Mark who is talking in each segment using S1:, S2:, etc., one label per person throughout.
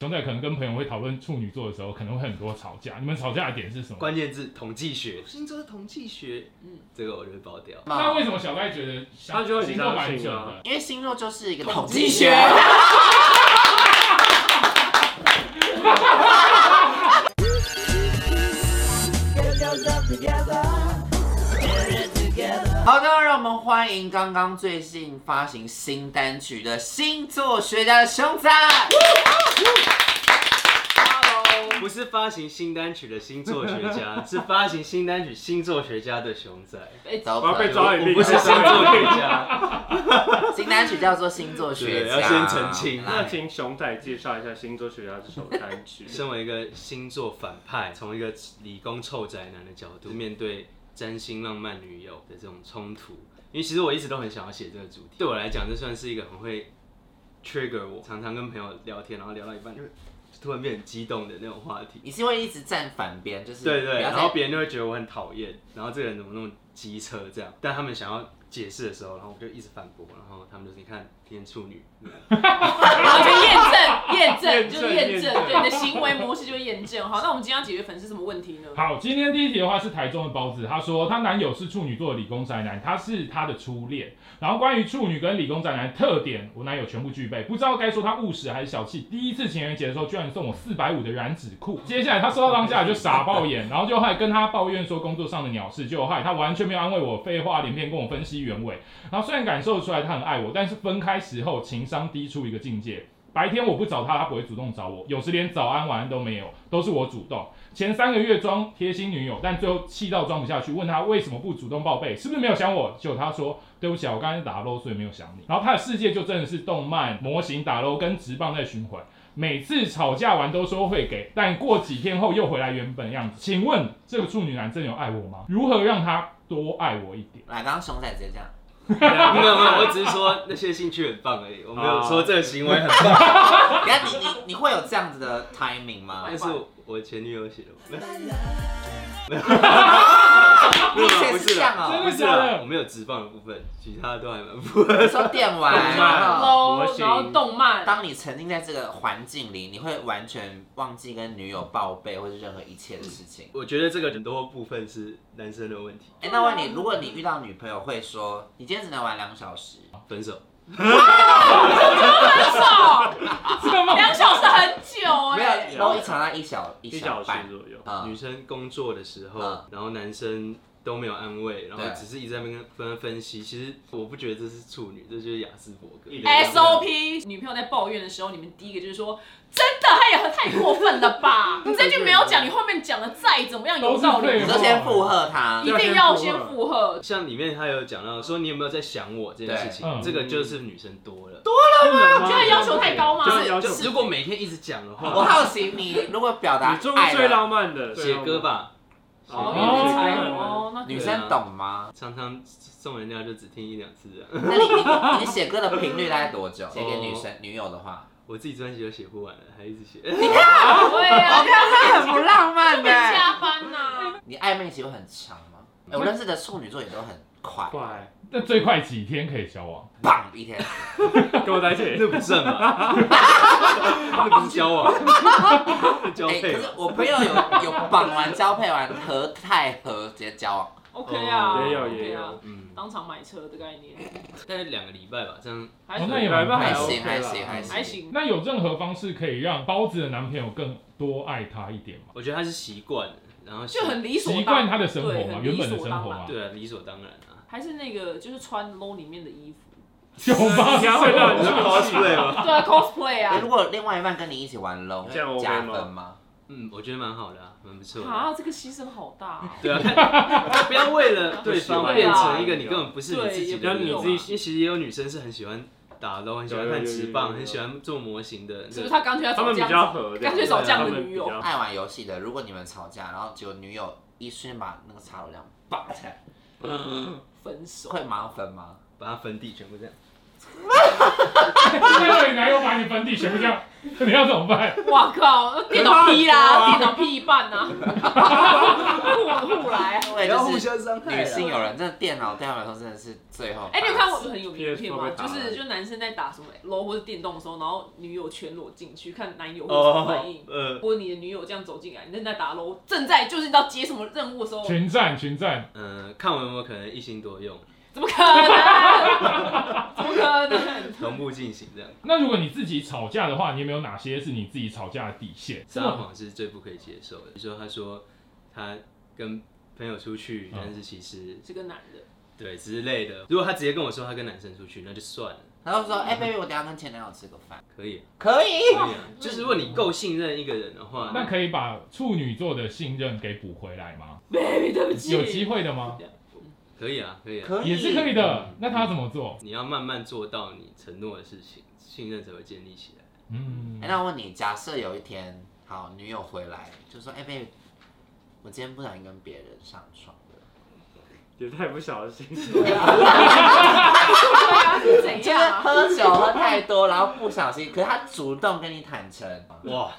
S1: 熊仔可能跟朋友会讨论处女座的时候，可能会很多吵架。你们吵架的点是什么？
S2: 关键字统计学，星座是统计学，嗯，这个我就会爆掉。
S1: 那为什么小戴觉得
S3: 他觉得你
S1: 星座
S3: 相
S1: 蛮
S3: 信
S1: 准的
S3: 啊？
S4: 因为星座就是一个
S2: 统
S4: 统
S2: 计
S4: 计
S2: 学
S4: 学。 好的，让我们欢迎刚刚最近发行新单曲的星座学家的熊仔。
S2: 不是发行新单曲的星座学 家，是发行新单曲星座学家的熊仔。
S4: 走
S3: 我要被抓
S2: 我
S3: 眼病，
S2: 不是星座学家，
S4: 新单曲叫做《星座学
S2: 对
S4: 家》，
S2: 要先澄清
S3: 那
S4: 来
S3: 请熊仔介绍一下《星座学家》这首单曲。
S2: 身为一个星座反派，从一个理工臭宅男的角度面对占星浪漫女友的这种冲突，因为其实我一直都很想要写这个主题，对我来讲，这算是一个很会 trigger 我，常常跟朋友聊天，然后聊到一半就会突然变很激动的那种话题。
S4: 你是会一直站反边，就是
S2: 对对，
S4: 不要
S2: 然
S4: 再
S2: 后别人就会觉得我很讨厌，然后这个人怎么那么机车这样？但他们想要解释的时候，然后我就一直反驳，然后他们就是你看天处女，
S5: 然后就验证，验证，就是验
S3: 验
S5: 证
S3: 证，
S5: 对你的行为模式就会验证。好，那我们今天要解决粉丝什么问题呢？
S1: 好，今天第一题的话是台中的包子，她说她男友是处女座的理工宅男，他是她的初恋。然后关于处女跟理工宅男特点，我男友全部具备，不知道该说他务实还是小气。第一次情人节的时候，居然送我四百五的染指裤，接下来他收到当下就傻爆眼，然后就还跟他抱怨说工作上的鸟事，就害他完全没有安慰我，废话连篇跟我分析原委。然后虽然感受出来他很爱我，但是分开时候情商低出一个境界。白天我不找他，他不会主动找我，有时连早安晚安都没有，都是我主动。前三个月装贴心女友，但最后气到装不下去，问他为什么不主动报备，是不是没有想我？结果他说对不起啊，我刚才打漏，所以没有想你。然后他的世界就真的是动漫模型打漏跟直棒在循环，每次吵架完都说会给，但过几天后又回来原本样子。请问这个处女男真有爱我吗？如何让他多爱我一点？
S4: 来，刚刚熊仔直接这样，
S2: 没有没有，我只是说那些兴趣很棒而已，我没
S4: 哦
S2: 有说这个行为很棒，
S4: 等一下你你你会有这样子的 timing 吗？
S2: 但是我前女友写的， 没有
S4: 你以前
S2: 不是
S4: 是这样
S1: 真
S4: 哦、
S1: 的
S2: 不是
S1: 假
S2: 啦，
S1: 的
S2: 我没有直棒的部分，其他都还蛮不
S4: 你说电玩，
S3: 动漫
S4: 然后
S3: 模
S5: low，
S3: 型
S5: 然后动漫，
S4: 当你沉浸在这个环境里，你会完全忘记跟女友报备或是任何一切的事情。
S2: 我觉得这个很多部分是男生的问题，
S4: 哎、那问你，如果你遇到女朋友会说你今天只能玩两小时，
S3: 哦
S2: 分手。
S5: 分手
S1: 这么
S5: 两小时很久
S4: 没
S5: 哎，
S4: 有，然后一长到一小一
S3: 一小
S4: 小
S3: 时
S4: 半，
S3: 左右，
S4: 啊、
S2: 女生工作的时候，
S4: 嗯
S2: 然后男生都没有安慰，然后
S4: 对
S2: 只是一直在那边跟跟他分析。其实我不觉得这是处女，这就是雅斯伯格。
S5: SOP，女朋友在抱怨的时候，你们第一个就是说，真的，她也太过分了吧？ 你这句没有讲，你后面讲的再怎么样有道
S1: 都是
S5: 理
S4: 你
S1: 废
S4: 就
S1: 话，
S4: 先附和她
S5: 一，定要先附和。
S2: 像里面他有讲到说你有没有在想我这件事
S1: 对
S2: 情，
S1: 嗯
S2: 这个就是女生多了。
S3: 我
S5: 啊觉得要求太高吗
S3: 就是啊要求
S4: 就，是
S2: 如果每天一直讲的
S4: 我
S2: 话，
S4: 好奇你如果表达
S3: 你做
S4: 爱
S3: 最
S4: 了，
S3: 浪漫的啊
S2: 写歌，吧，写
S3: 哦
S2: 歌
S1: 哦
S5: 哦，那
S4: 女
S3: 啊
S4: 生懂吗？
S2: 常常送人家就只听一两次啊。
S4: 那你你你写歌的频率大概多久？写给女生女友的话，
S2: 我自己专辑都写不完了，还一直 写。
S5: 对啊，
S4: 他很不浪漫欸
S5: 这边加班呐，
S4: 你暧昧期会很长吗？哎我认识的处女座也都很快，
S3: 快
S1: 那最快几天可以交往？
S4: 棒一天。
S3: 跟我在一 起。
S2: 那不算吧？那哎不是交往， 交
S4: 哎、
S2: 配
S4: 可
S2: 吧。
S4: 是我朋友有 有绑完交配完合太合直接交往，
S5: ，OK 啊，
S3: 也有
S5: OK 啊
S3: 也有，
S2: 嗯，
S5: 当场买车的概念，
S2: 大概两个礼拜吧，这样
S5: 还
S1: 哦
S5: 行
S1: 那也
S3: 来吧，
S1: 还
S4: 还
S1: 行
S3: 哎 OK
S4: 行
S3: 啦
S4: 还行还
S5: 还
S4: 行。
S5: 行。
S1: 那有任何方式可以让包子的男朋友更多爱她一点吗？
S2: 我觉得他是习惯了，然后习
S5: 就很理所
S1: 习
S5: 当
S1: 惯她的生活吗？
S5: 对
S1: 原
S5: 很理
S1: 本的
S5: 所
S1: 生
S5: 当然
S1: 活吗？
S2: 对啊，理所当然啊。
S5: 还是那个就是穿 low 里面的衣服，
S1: 有吧？
S3: 你还会让你
S2: 是
S3: 去
S2: cosplay 吗？
S5: 对啊，cosplay
S4: 哎、
S5: 啊
S4: 如，果另外一半跟你一起玩 l
S3: 这样 OK
S4: 加分吗？
S2: 嗯，我觉得蛮好的、啊，蛮不错的啊。
S5: 啊，这个牺牲好大哦，
S2: 对啊， 看不要为了对方变成一个你根本不是你自己的
S3: 对
S2: 人
S3: 也
S2: 啊。
S3: 不
S2: 因
S3: 用
S2: 为
S3: 啊
S2: 其实也有女生是很喜欢打斗，很喜欢看直棒，
S3: 有有有有有
S2: 很喜欢做模型的。
S5: 是不是？他刚才要
S3: 他
S5: 找
S3: 们
S5: 这
S3: 比
S5: 样
S3: 较
S5: 子？
S3: 合，
S5: 干脆
S2: 找这样
S5: 的
S3: 他们比较
S5: 女友
S4: 爱玩游戏哎的，如果你们吵架，然后结果女友一瞬间把那个插头这样拔起来，
S3: 啊
S5: 分手，
S4: 会麻烦吗？
S2: 把它粉底全部这样。
S1: 因为男友把你粉底全部这样 你要怎么办？
S5: 哇靠，电脑劈啦，电脑劈一半呐，互互来。
S4: 因为
S2: 哎不要
S4: 就
S2: 互
S4: 是
S2: 相伤害啦。啊
S4: 女性友人，这电脑对他们来说真的是最后。
S5: 哎、你有看过很有名的片吗？
S3: PS4 会
S5: 就
S3: 打
S5: 是就男生在打什么 LO 或者电动的时候，然后女友全裸进去，看男友会有什么反
S2: 哦
S5: 应，。
S2: 呃，
S5: 或者你的女友这样走进来，你正在打 LO，正在就是你知道接什么任务的时候，
S1: 群战，群战，
S2: 呃，看我有没有可能一心多用，
S5: 怎么可能？怎么可能？
S2: 同步进行这样。
S1: 那如果你自己吵架的话，你有没有哪些是你自己吵架的底线？
S2: 撒谎是啊最不可以接受的。比如说，他说他跟朋友出去，但是其实
S5: 是个男的，
S2: 对之类的。如果他直接跟我说他跟男生出去，那就算了，
S4: 然后说，哎、b a b y 我等一下跟前男友吃个饭，
S2: 可以啊，
S5: 哎
S4: 可以。
S2: 可以啊。就是如果你够信任一个人的话，
S1: 那可以把处女座的信任给补回来吗？
S5: baby，对不起，
S1: 有机会的吗？
S2: 可以啊，可以啊。
S4: 可以
S1: 也是可以的
S2: 嗯。
S1: 那他要怎么做？
S2: 你要慢慢做到你承诺的事情，信任才会建立起来。
S1: 嗯
S4: 哎、，那我问你，假设有一天，好，女友回来就说，哎、b a b y 我今天不小心跟别人上床了，
S3: 也太不小心。
S5: 对啊，是怎
S4: 就是
S5: 样、啊？
S4: 喝酒喝太多，然后不小心，可是他主动跟你坦诚，
S2: 哇！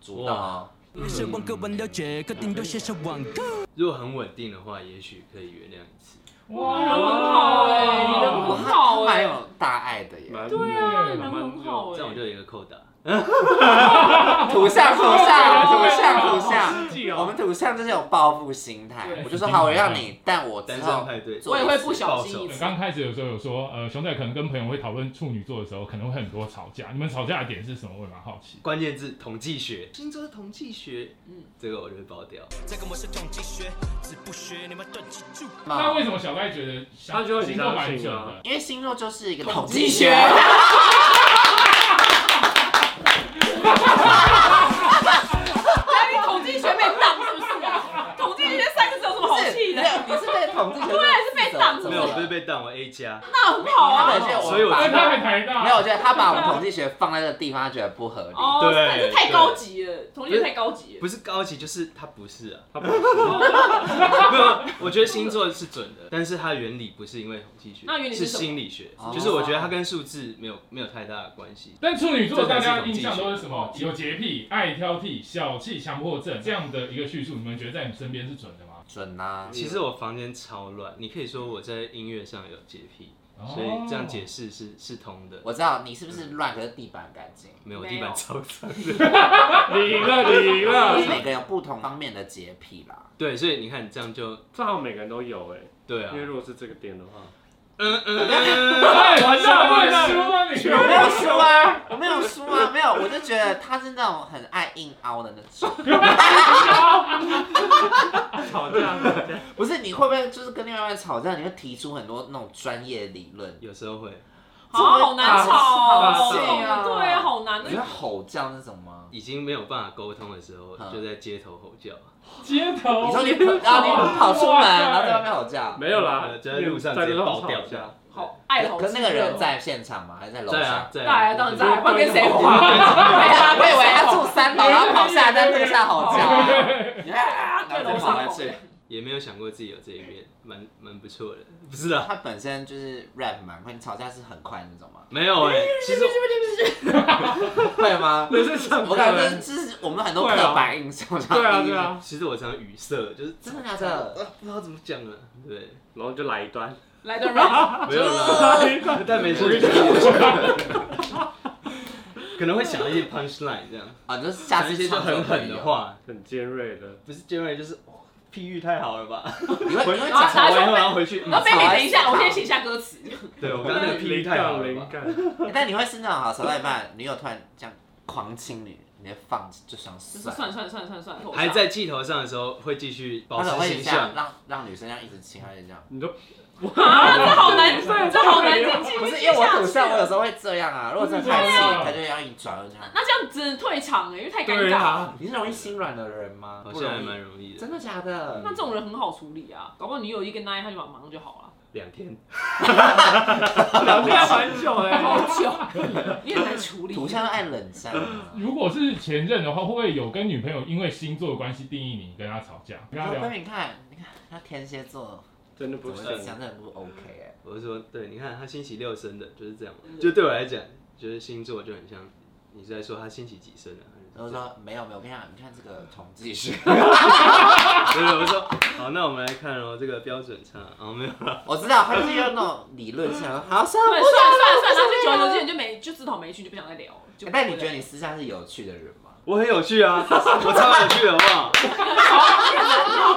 S4: 主动
S5: 啊
S4: 哦。
S6: 是网格玩了解，可顶多写上网格。
S2: 如果很稳定的话，也许可以原谅一次。
S1: 哇
S5: 人很好哎、你人
S4: 哇
S5: 很好
S4: 他
S5: 哎、
S4: 蛮有大爱的耶，
S3: 蛮
S1: 对
S5: 啊，
S2: 嗯
S5: 你
S1: 啊
S5: 人很好哎、
S2: 这样我就有一个扣打。
S4: 图像图像图像图像，
S3: 实际
S4: 我
S3: 哦。
S4: 们图像就是有报复心态
S5: 对，
S4: 我就说好，我让你，但我之
S2: 单身
S4: 后
S2: 派对，
S5: 我也会不小心
S2: 暴
S5: 一
S2: 走
S5: 次
S1: 刚开始有时候有说，呃，熊仔可能跟朋友会讨论处女座的时候，可能会很多吵架。你们吵架的点是什么？我也蛮好奇。
S2: 关键字统计学，星座是统计学，
S5: 嗯
S2: 嗯，这个我就会爆掉。
S6: 这个模式统计学，只不学你们断记住。
S1: 那为什么小戴觉得
S3: 他就会
S1: 星座蛮
S3: 相信
S1: 准
S3: 啊
S1: 的？
S4: 因为星座就是一个统
S5: 统
S4: 计
S5: 计
S4: 学
S5: 学，啊你统计学被挡是不是啊？统计学三个字有什么好
S4: 是
S5: 气的？
S4: 你是被统计学，
S5: 对是被挡
S4: 走
S5: 住
S2: 没
S5: 了
S2: 有，我不是
S4: 了。
S2: 被当我 A 加，
S5: 那很好啊，
S4: 他本身
S2: 所以我
S4: 把
S1: 但
S2: 知道
S1: 他还台 大，
S4: 没有，我觉得他把我们统计学放在这个地方，他觉得不合理。
S5: 哦，
S2: 对
S5: 但是太高级了，同学太高级了。
S2: 不是高级就是它不是啊。
S3: 他不是
S2: 没有，我觉得星座是准的，但是它原理不是因为统计学，
S5: 那原理
S2: 是
S5: 是什么
S2: 心理学
S4: 哦，
S2: 就是我觉得它跟数字没有没有太大的关系。
S1: 但处女座大家的印象都是什么？有洁癖、爱挑剔、小气、强迫症这样的一个叙述，你们觉得在你身边是准的吗？
S4: 准啊呐、
S5: 哦
S2: 其实我房间超乱，你可以说我在音乐上有洁癖，
S1: 哦
S5: 哦
S2: 所以这样解释是是通的。
S4: 我知道你是不是乱，可是地板干 净。
S2: 没有，
S5: 没有
S2: 地板超脏。
S3: 你赢了，你赢
S4: 因为
S3: 了。
S4: 每个人有不同方面的洁癖啦。
S2: 对，所以你看这样就
S3: 正好每个人都有哎，
S2: 对啊嗯
S3: 因。为如果是这个点的话，
S1: 哎，完蛋，不能输啊你！
S4: 我没 有输啊，我没有输啊，没有，我就觉得他是那种很爱硬凹的那种。
S3: 吵架吵架，
S4: 不是，你会不会就是跟另外一半吵架，你会提出很多那种专业理论？
S2: 有时候会，
S5: 啊，好难吵
S4: 好
S5: 哦，
S4: 气啊
S5: 对啊，好难
S4: 你觉得吼叫那种吗？
S2: 已经没有办法沟通的时候
S4: 嗯，
S2: 就在街头吼叫，
S1: 街头，
S4: 你哦说你啊跑，然后你跑出门，然后在外面吼叫，
S3: 没有啦，
S2: 呃在路上
S3: 在
S2: 直接
S3: 路上
S2: 爆
S3: 吵
S2: 掉
S3: 架。
S5: 好爱好。
S4: 可是那个人，在现场吗？还是在楼
S2: 在啊
S4: 下？，
S2: 在
S5: 大
S2: 啊
S5: 家当然在，不然跟谁吼啊？
S4: 对啊，我以为他
S5: 住
S4: 住三楼，然后跑下来在路上吼叫啊，然
S2: 啊
S5: 在
S4: 后
S5: 楼
S4: 就跑来
S5: 上
S4: 这
S5: 吼
S4: 里。
S2: 也没有想过自己有这一面，蛮蛮不 错的。不是啊，？
S4: 他本身就是 rap 蛮快，你吵架是很快的那种吗
S2: 没有哎、其实
S4: 会 吗？
S3: 那是什
S4: 我
S3: 么？
S4: 感觉
S2: 啊
S4: 这是我们很多刻板印象。
S3: 对啊对，啊，
S2: 其实我常语塞，就是
S4: 真的假的？
S2: 呃不知道怎么讲了，对，
S3: 然后就来一段，
S5: 来段 rap，
S4: 啊
S2: 没有啦，
S3: 来一段。
S2: 但没事， 可能会想一些 punch line 这样，
S4: 啊，就是下
S2: 想
S4: 次
S2: 一些就
S4: 唱歌
S2: 很狠的，话，
S3: 很尖锐的，
S2: 不是尖锐就是哦譬喻太好了 吧？
S4: 你会你 会
S5: 然后
S4: 讲哎哦
S2: 吵
S5: 查
S2: 完以
S5: 一
S2: 后
S5: 下，
S2: 然后回去，嗯
S5: 然后妹妹等一下，我先写下歌词。
S2: 对我刚刚那个譬喻
S3: 灵
S2: 太好
S3: 感
S2: 了
S3: 灵
S2: 吧？
S3: 感。
S4: 欸但你会是那种好吵到一半，女友突然这样狂亲你，你会放就想
S5: 就是
S4: 算，
S5: 算算算算算，
S2: 还在气头上的时候会继续保
S4: 他可
S2: 持
S4: 能会
S2: 形
S4: 这样
S2: 象，
S4: 让让女生这样一直亲，还是这样？
S3: 你都
S5: 啊，这好难，这好难进去。
S4: 不是因为我土
S5: 下
S4: 象，我有时候会这样啊，如果真的太气，他就要一转而这样。
S5: 那这样只能退场哎，因为太尴
S3: 对
S5: 尬了。
S3: 啊，
S4: 你是容易心软的人吗？
S2: 好
S4: 不
S2: 像还
S4: 容
S2: 蛮
S4: 易，
S2: 容易的，
S4: 真的假的？
S5: 那这种人很好处理啊，搞不好你有一个 nine，他就马上就好了。
S2: 两天，
S3: 聊天很久
S5: 好
S3: 嘞。
S5: 久，你很难 处理。
S4: 土象爱冷战啊，
S1: 如果是前任的话，会不会有跟女朋友因为星座的关系定义你跟她吵架？跟她
S4: 然后
S1: 聊
S4: 贝，你看，你看他天蝎座
S3: 真的
S4: 怎
S3: 不
S4: 么
S3: 是
S4: 会，这样，真的不 OK 哎、
S2: 嗯我就说对，你看他星期六生的，就是这样嘛，就对我来讲，就是星座就很像你是在说他星期几生啊？
S4: 然后说没有没有，我跟你讲，你看这个统计学，
S2: 对对，我说好，那我们来看哦，这个标准差哦，没有了，
S4: 我知道他就是用那种理论性的，好像不
S5: 对，算了算了算了，然后就久而久之你就没就自讨没趣，你就不想再聊。就
S4: 欸但你觉得你私下是有趣的人吗？
S2: 我很有趣啊， 我超有趣的，好不 好？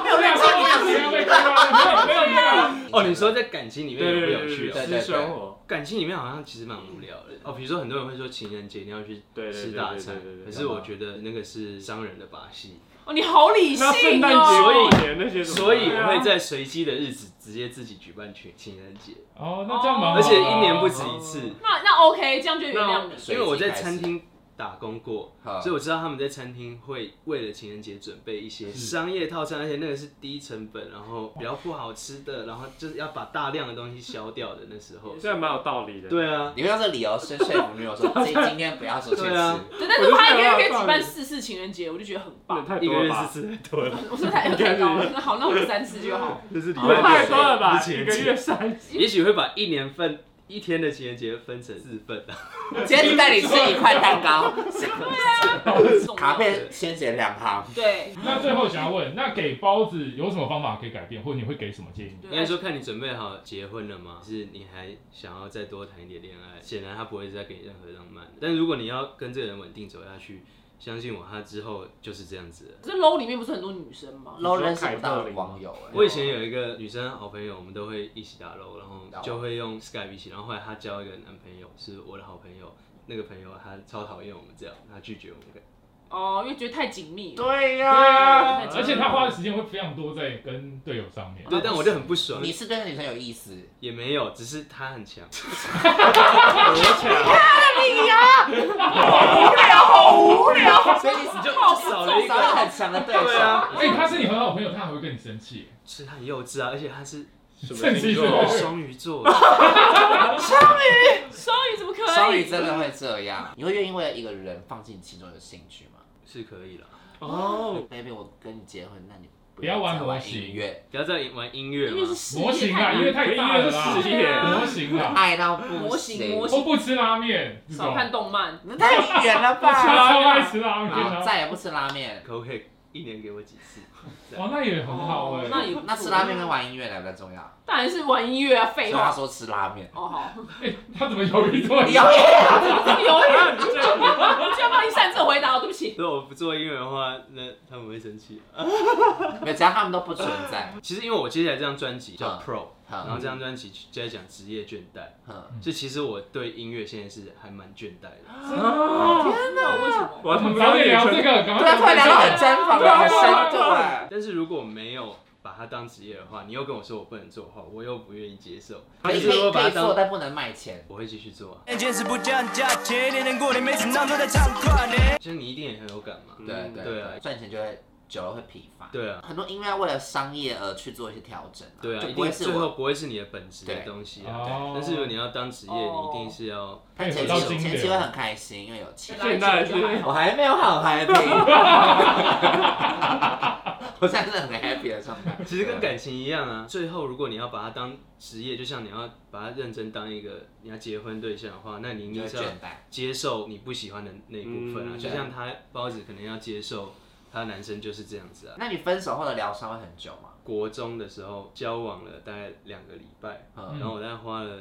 S1: 没有没有没有没有没有没有没有，
S2: 哦，你说在感情里面有
S3: 对
S2: 没
S3: 对
S2: 有
S3: 对
S2: 趣
S3: 对
S2: 哦
S4: 对？
S3: 私生活，
S2: 感情里面好像其实蛮无聊的哦，比如说很多人会说情人节一定要去
S3: 对对对
S2: 吃大餐
S3: 对对对，对
S2: 可是我觉得那个是商人的把戏，
S5: 哦，你好理性
S3: 那
S5: 哦。
S3: 圣诞节、过年那些什么，
S2: 所以
S3: 对
S2: 我
S3: 啊
S2: 会在随机的日子直接自己举办去情人节，
S1: 哦，那这样蛮好的啊，
S2: 而且一年不止一次，
S5: 那那 OK，这样就原谅你。
S4: 所
S2: 因
S4: 以
S2: 为我在餐厅打工过，
S3: 啊
S4: 好
S2: 所以我知道他们在餐厅会为了情人节准备一
S3: 嗯
S2: 些商业套餐，而且那个是低成本，然后比较不好吃的，然后就是要把大量的东西消掉的。那时候，
S3: 这样蛮有道理的。
S2: 对啊，
S4: 你会用这理由是说服女友说， 今今天不要说去
S2: 对啊
S4: 吃，
S5: 对，但是他一个月可以举办四次情人节，我就觉得很
S3: 那也
S5: 棒。
S3: 太
S2: 一
S3: 多
S2: 个
S3: 了
S2: 月是
S3: 吧？
S2: 吃太多了，
S5: 我说太太高了，那好，那我们三次 就好。
S2: 就是礼
S3: 也太
S2: 拜
S3: 多
S2: 六。
S3: 了吧？
S2: 是情
S3: 一
S2: 人
S3: 个
S2: 节
S3: 月三
S2: 也许会把一年份一天的情人节分成四份啊。
S4: 今天只带你吃一块蛋糕，卡
S5: 对
S4: 片先写两行。
S5: 啊对，
S1: 那最后想要问，那给包子有什么方法可以改变，或者你会给什么建议？
S2: 应该说看你准备好结婚了吗？是你还想要再多谈一点恋爱？显然他不会再给你任何浪漫的。但如果你要跟这个人稳定走下去，相信我，他之后就是这样子的。
S5: 这 low 里面不是很多女生吗？
S4: low 认识不到的网友哎、
S2: 我以前有一个女生好朋友，我们都会一起打 LO，然后就会用 Skype 一起。然后后来她交一个男朋友，是我的好朋友。那个朋友他超讨厌我们这样，他拒绝我们。
S5: 哦，因为觉得太紧密了。
S4: 对呀、
S5: 啊
S1: 而且他花的时间会非常多在跟队友上面。
S2: 对，啊但我就很不爽
S4: 你，是对那女生有意思，
S2: 也没有，只是他很强。
S4: 所以你
S2: 你就就少了一
S4: 找到
S2: 个。
S4: 很强的对手。
S2: 啊对啊，
S1: 哎、他是你很好朋友，他还会跟你生气，
S2: 是他很幼稚啊，而且他 是哦
S3: 什
S1: 么星座
S2: 双鱼座，
S5: 双鱼怎么可以？
S4: 双鱼真的会这样，你会愿意为了一个人放弃你其中的兴趣吗
S2: 是可以了。
S3: 哦，
S4: ？Baby，我跟你结婚，那你
S1: 不要玩
S4: 再
S1: 模
S4: 玩
S1: 型
S4: 音乐，
S2: 不要再玩音乐
S5: 因为是
S2: 嘛，
S5: 事业
S1: 模型啊，
S5: 太
S1: 因为太大了
S3: 因为是
S1: 啦，
S3: 事业
S1: 模型啊，
S4: 爱到不行。
S5: 模型模型
S1: 我不吃拉面，这
S5: 少
S1: 种
S5: 看动漫，
S4: 你太远了
S1: 我
S4: 吧？
S1: 超爱吃拉面
S4: 好，
S1: 啊，
S4: 再也不吃拉面。
S2: 可不可以一年给我几次？
S1: 哦，那也很好
S3: 欸
S1: 哎、
S5: 那也不
S4: 那吃拉面跟玩音乐哪个重要？
S5: 当然是玩音乐啊，
S4: 所
S5: 废
S4: 以他
S5: 话。
S4: 说吃拉面。
S5: 哦好，
S1: 哎他怎么犹豫这么
S4: 你
S1: 久
S4: 要？
S5: 犹豫，我居然帮你擅自回答，哦对不起。
S2: 如果我不做音乐的话，那他们会生气。
S4: 没有，只要他们都不存在。
S2: 其实因为我接下来这张专辑叫
S4: 嗯
S2: Pro，
S4: 好
S2: 然后这张专辑就在讲职业倦怠，
S4: 嗯
S2: 就其实我对音乐现在是还蛮倦怠的。
S4: 啊
S5: 天哪，为什么？
S3: 我
S1: 我们早点聊这个，赶
S4: 对啊，
S1: 快
S4: 突然聊到很
S1: 聊
S4: 专访，
S1: 对啊
S4: 很深
S1: 对啊
S4: 度 哎。
S2: 但是如果没有把它当职业的话，你又跟我说我不能做的话，我又不愿意接受。
S4: 可
S2: 但
S4: 以
S2: 是
S4: 可
S2: 如果
S4: 以
S2: 把
S4: 可
S2: 它
S4: 以做，
S2: 当，
S4: 但不能卖钱。
S2: 我会继续做啊。
S6: 坚持不降价，前年年过年没怎样都在唱跨年。
S2: 就是你一定也很有感
S5: 嗯
S2: 嘛。
S4: 对对
S2: 对啊
S4: 对，赚钱就会久了会疲乏。
S2: 对啊。
S4: 很多音乐为了商业而去做一些调整、啊，
S2: 对啊，
S4: 就
S2: 一
S4: 不
S2: 定
S4: 会是
S2: 最后
S4: 我。
S2: 不会是你的本职的
S4: 对
S2: 东西
S1: 对
S2: 啊。但是如果你要当职业，
S5: 哦
S2: 你一定是要
S1: 配合
S4: 前
S1: 到
S4: 期
S1: 经
S4: 前期
S1: 典
S4: 会。很开心，因为有钱。
S3: 现在是
S4: 我还没有好 happy，我现在是很 happy 的状态。
S2: 其实跟感情一样啊。最后，如果你要把它当职业，就像你要把它认真当一个你要结婚对象的话，那你一
S4: 你
S2: 定
S4: 会
S2: 是要
S4: 倦怠，
S2: 接受你不喜欢的那一部分啊。
S3: 嗯
S2: 就像他包子可能要接受他男生就是这样子啊。
S4: 那你分手后的疗伤会很久吗？
S2: 国中的时候交往了大概两个礼拜，
S4: 嗯
S2: 然后我大概花了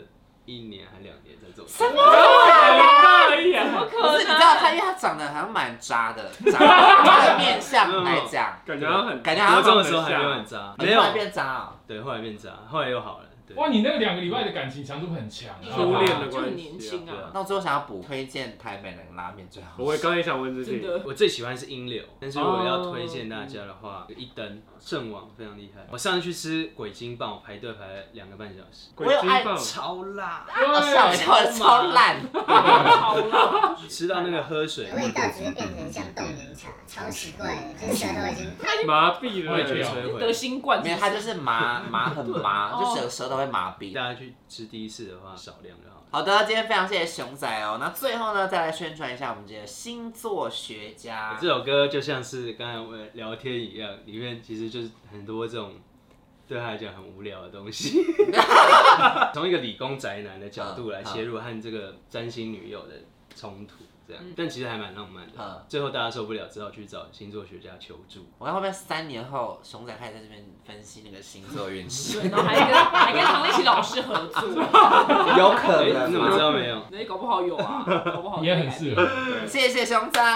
S2: 一年还两年在做。
S4: 什么？
S3: 而已
S5: 怎
S3: 啊，
S5: 么可
S4: 不
S5: 能？
S4: 是，你知道他，因为他长得好像蛮渣 的，渣渣的面相来讲，
S3: 感觉很
S4: 感觉
S2: 国
S4: 好
S2: 中的
S4: 像
S2: 时候还没有很渣， 没有
S4: 突然变渣哦。
S2: 对，后来变渣，后来又好了。对，
S1: 哇，你那个两个礼拜的感情强度很强啊！
S3: 初恋的关系啊
S5: 就很年轻
S2: 对
S5: 啊
S2: 啊，
S4: 那我最后想要补推荐台北人拉面最好吃。
S3: 我刚也想问自
S5: 真
S3: 己，
S5: 的。
S2: 我最喜欢是英流，但是我要推荐大家的话，一灯圣网非常厉害。我上次去吃鬼精棒，我排队排了两个半小时，
S3: 鬼精
S4: 我有
S3: 棒，
S2: 超辣，
S4: 我吓啊我一跳，超 烂。
S5: 好了，
S2: 吃到那个喝水，
S7: 味道只会变成像冻柠茶，超奇怪的，就是舌头已经
S3: 麻痹
S1: 我也觉
S3: 了
S1: 得，
S2: 摧
S5: 得
S2: 毁。
S5: 新冠
S4: 没有，它就是麻麻很麻，
S5: 对
S4: 就舌舌头会麻痹。
S2: 大家去吃第一次的话，少量就好了。
S4: 好的，今天非常谢谢熊仔哦。那最后呢，再来宣传一下我们这个星座学家
S2: 这。首歌就像是刚才我们聊天一样，里面其实就是很多这种对他来讲很无聊的东西。从一个理工宅男的角度来切入和这个占星女友的冲突，这样
S5: 嗯，
S2: 但其实还蛮浪漫的。
S4: 嗯，
S2: 最后大家受不了，只好去找星座学家求助。
S4: 我看会不会三年后熊仔开始在这边分析那个星座运势，
S5: 对，然后还跟还跟唐立奇老师合作，
S4: 有可
S2: 哎，你怎么知
S4: 能。
S2: 道没有？
S5: 那搞不好有啊，搞不好
S1: 也很适合。
S4: 谢谢熊仔。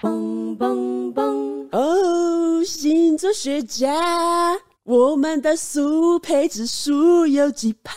S8: 蹦蹦蹦！哦，星座学家，我们的速配指数有几趴？